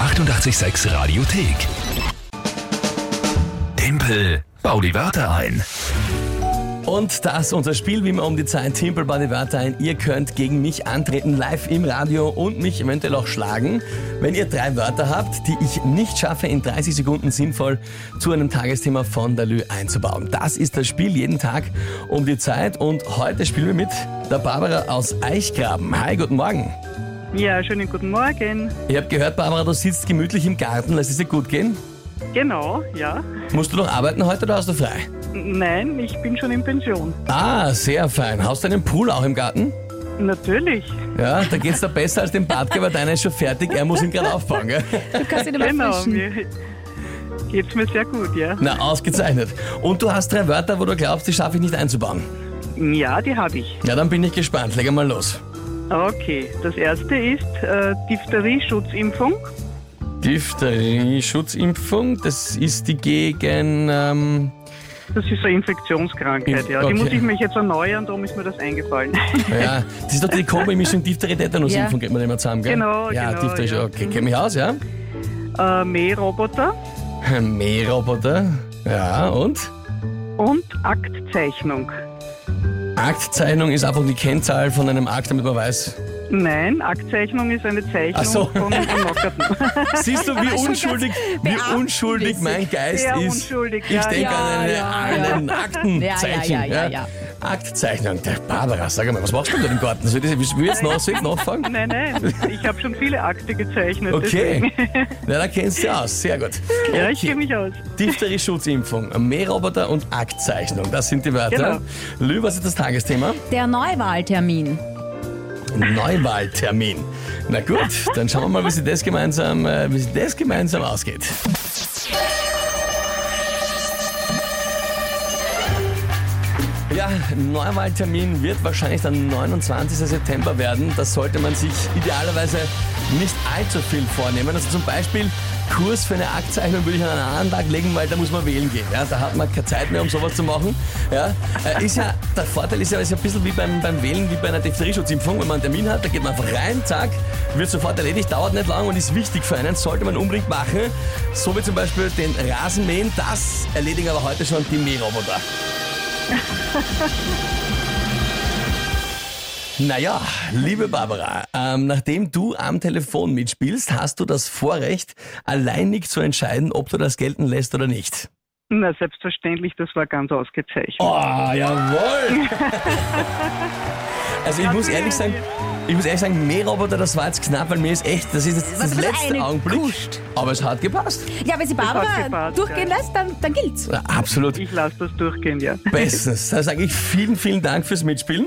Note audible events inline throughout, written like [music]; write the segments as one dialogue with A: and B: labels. A: 886 Radiothek. Tempel, bau die Wörter ein.
B: Und das ist unser Spiel, wie immer um die Zeit. Timpel bei den Wörtern. Ihr könnt gegen mich antreten, live im Radio und mich eventuell auch schlagen. Wenn ihr drei Wörter habt, die ich nicht schaffe, in 30 Sekunden sinnvoll zu einem Tagesthema von der Lü einzubauen. Das ist das Spiel jeden Tag um die Zeit. Und heute spielen wir mit der Barbara aus Eichgraben. Hi, guten Morgen.
C: Ja, schönen guten Morgen.
B: Ich habe gehört, Barbara, du sitzt gemütlich im Garten. Lass es dir gut gehen.
C: Genau, ja.
B: Musst du noch arbeiten heute oder hast du frei?
C: N- Nein, ich bin schon in Pension.
B: Ah, sehr fein. Hast du einen Pool auch im Garten?
C: Natürlich.
B: Ja, da geht's da besser als dem Bartke, weil deiner ist schon fertig, er muss ihn gerade aufbauen, gell?
D: Du kannst ihn immer
C: Genau,
D: frischen.
C: mir geht's mir sehr gut, ja.
B: Na, ausgezeichnet. Und du hast drei Wörter, wo du glaubst, die schaffe ich nicht einzubauen.
C: Ja, die habe ich.
B: Ja, dann bin ich gespannt. Leg mal los.
C: Okay, das erste ist äh, Diphtherie-Schutzimpfung.
B: Diphtherie-Schutzimpfung, äh, das ist die gegen... Ähm,
C: Das ist eine Infektionskrankheit,
B: Inf-
C: ja. Die muss
B: okay.
C: ich mich jetzt erneuern, darum ist mir
B: [laughs]
C: das eingefallen.
B: ja, das ist doch die Kombi-Mischung Diphtherie-Tetanus-Impfung,
D: Ja.
B: geht man immer zusammen, gell?
C: Genau,
B: Ja,
C: genau,
B: Diphtherie,
C: ja.
B: okay. Kenn mich aus, ja?
C: äh, Mähroboter
B: Mähroboter, ja, und?
C: und Aktzeichnung.
B: Aktzeichnung ist einfach die Kennzahl von einem Akt, damit man weiß.
C: Nein, Aktzeichnung ist eine Zeichnung
B: Ach so. [laughs]
C: von Genockerten.
B: Siehst
C: [laughs]
B: du, wie
D: schon ganz
B: unschuldig, wie
D: beamtenmäßig.
B: unschuldig mein Geist
C: Sehr
B: ist.
C: unschuldig,
B: Ich
C: ja,
B: denke
C: ja.
B: an eine,
D: [laughs] ja,
B: an einen Aktenzeichen.
D: Ja, ja, ja, ja, ja.
B: Aktzeichnung. Der Barbara, sag mal, was machst du denn im Garten? Soll ich das- will ich jetzt noch, soll ich nachfragen?
C: Nein, nein, ich habe schon viele Akte gezeichnet.
B: Okay, na, da kennst du aus. Sehr gut.
C: deswegen- [laughs] Ja, ich
B: Okay.
C: kenne mich aus.
B: Diphtherie-Schutzimpfung, Mähroboter und Aktzeichnung. Das sind die Wörter.
D: Genau.
B: Lü, was ist das Tagesthema?
D: Der Neuwahltermin.
B: Neuwahltermin. Na gut, dann schauen wir mal, wie sie das gemeinsam, äh, wie sie das gemeinsam ausgeht. Ja, Neuwahltermin wird wahrscheinlich dann 29. September werden. Das sollte man sich idealerweise nicht allzu viel vornehmen. Also zum Beispiel Kurs für eine Aktzeichnung würde ich an einen anderen Tag legen, weil da muss man wählen gehen. Ja, da hat man keine Zeit mehr, um sowas zu machen. Ja, äh, ist ja, der Vorteil ist ja, ist ja ein bisschen wie beim, beim Wählen, wie bei einer Diphtherie-Schutzimpfung. Wenn man einen Termin hat, da geht man einfach rein, zack, wird sofort erledigt, dauert nicht lang und ist wichtig für einen, sollte man unbedingt machen. So wie zum Beispiel den Rasenmähen, das erledigen aber heute schon die Mähroboter. Naja, liebe Barbara, ähm, nachdem du am Telefon mitspielst, hast du das Vorrecht, alleinig zu entscheiden, ob du das gelten lässt oder nicht.
C: Na, selbstverständlich, das war ganz ausgezeichnet.
B: Oh, jawohl! [laughs] also ich muss ehrlich sagen, ich muss ehrlich sagen, Mähroboter, das war jetzt knapp, weil mir ist echt, das ist jetzt
D: Was
B: das
D: für
B: letzte
D: eine
B: Augenblick. Aber es hat gepasst.
D: Ja, wenn sie
C: hat
D: Barbara
C: gepasst,
D: durchgehen
C: ja.
D: lässt, dann, dann gilt's.
B: Ja, absolut
C: Ich lasse das durchgehen, ja.
B: bestens. Da sage ich vielen, vielen Dank fürs Mitspielen.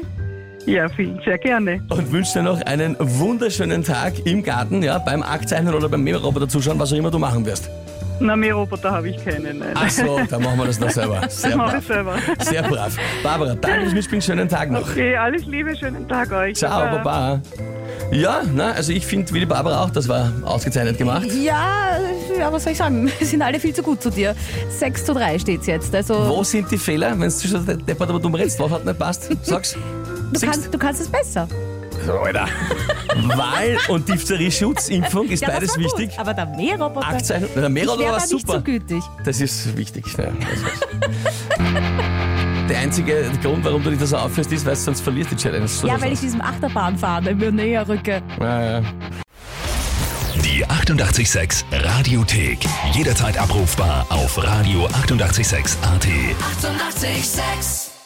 C: Ja, vielen, sehr gerne.
B: und wünsche dir noch einen wunderschönen Tag im Garten, ja, beim Aktzeichnen oder beim Mähroboter zuschauen, was auch immer du machen wirst.
C: Na, mehr Roboter habe ich keinen, nein.
B: Ach so, dann machen wir das noch selber.
C: das
B: Sehr
C: mache ich
B: brav. [laughs]
C: selber.
B: Sehr brav. Barbara, danke fürs Mitspielen, schönen Tag noch.
C: Okay, alles Liebe, schönen Tag euch.
B: Ciao,
C: Baba.
B: Baba. Ja, na, also ich finde, wie die Barbara auch, das war ausgezeichnet gemacht.
D: Ja, ja, was soll ich sagen? [laughs] Wir sind alle viel zu gut zu dir. 6 zu 3 steht's jetzt. Also
B: Wo sind die Fehler, wenn es zwischen der Deppert aber dumm redest? Was hat nicht passt? Sag's.
D: du,
B: Siehst?
D: kannst, du kannst es besser.
B: So, Alter. Wahl- und Diphtherie-Schutzimpfung ist
D: Ja, das
B: beides
D: war gut.
B: wichtig.
D: Aber der Mähroboter.
B: Aktzeichnung, der
D: Ich
B: Mähroboter
D: wär
B: war
D: da nicht
B: super.
D: so gütig.
B: Das ist wichtig. Ja, das weiß. Der einzige Grund, warum du dich da so aufhörst, ist, weil du sonst verlierst die Challenge. So,
D: Ja,
B: so,
D: weil ich
B: so.
D: diesem Achterbahnfahren immer näher rücke.
B: Ja, ja.
A: Die 886 Radiothek. Jederzeit abrufbar auf radio886.at. 886! 886.
E: 886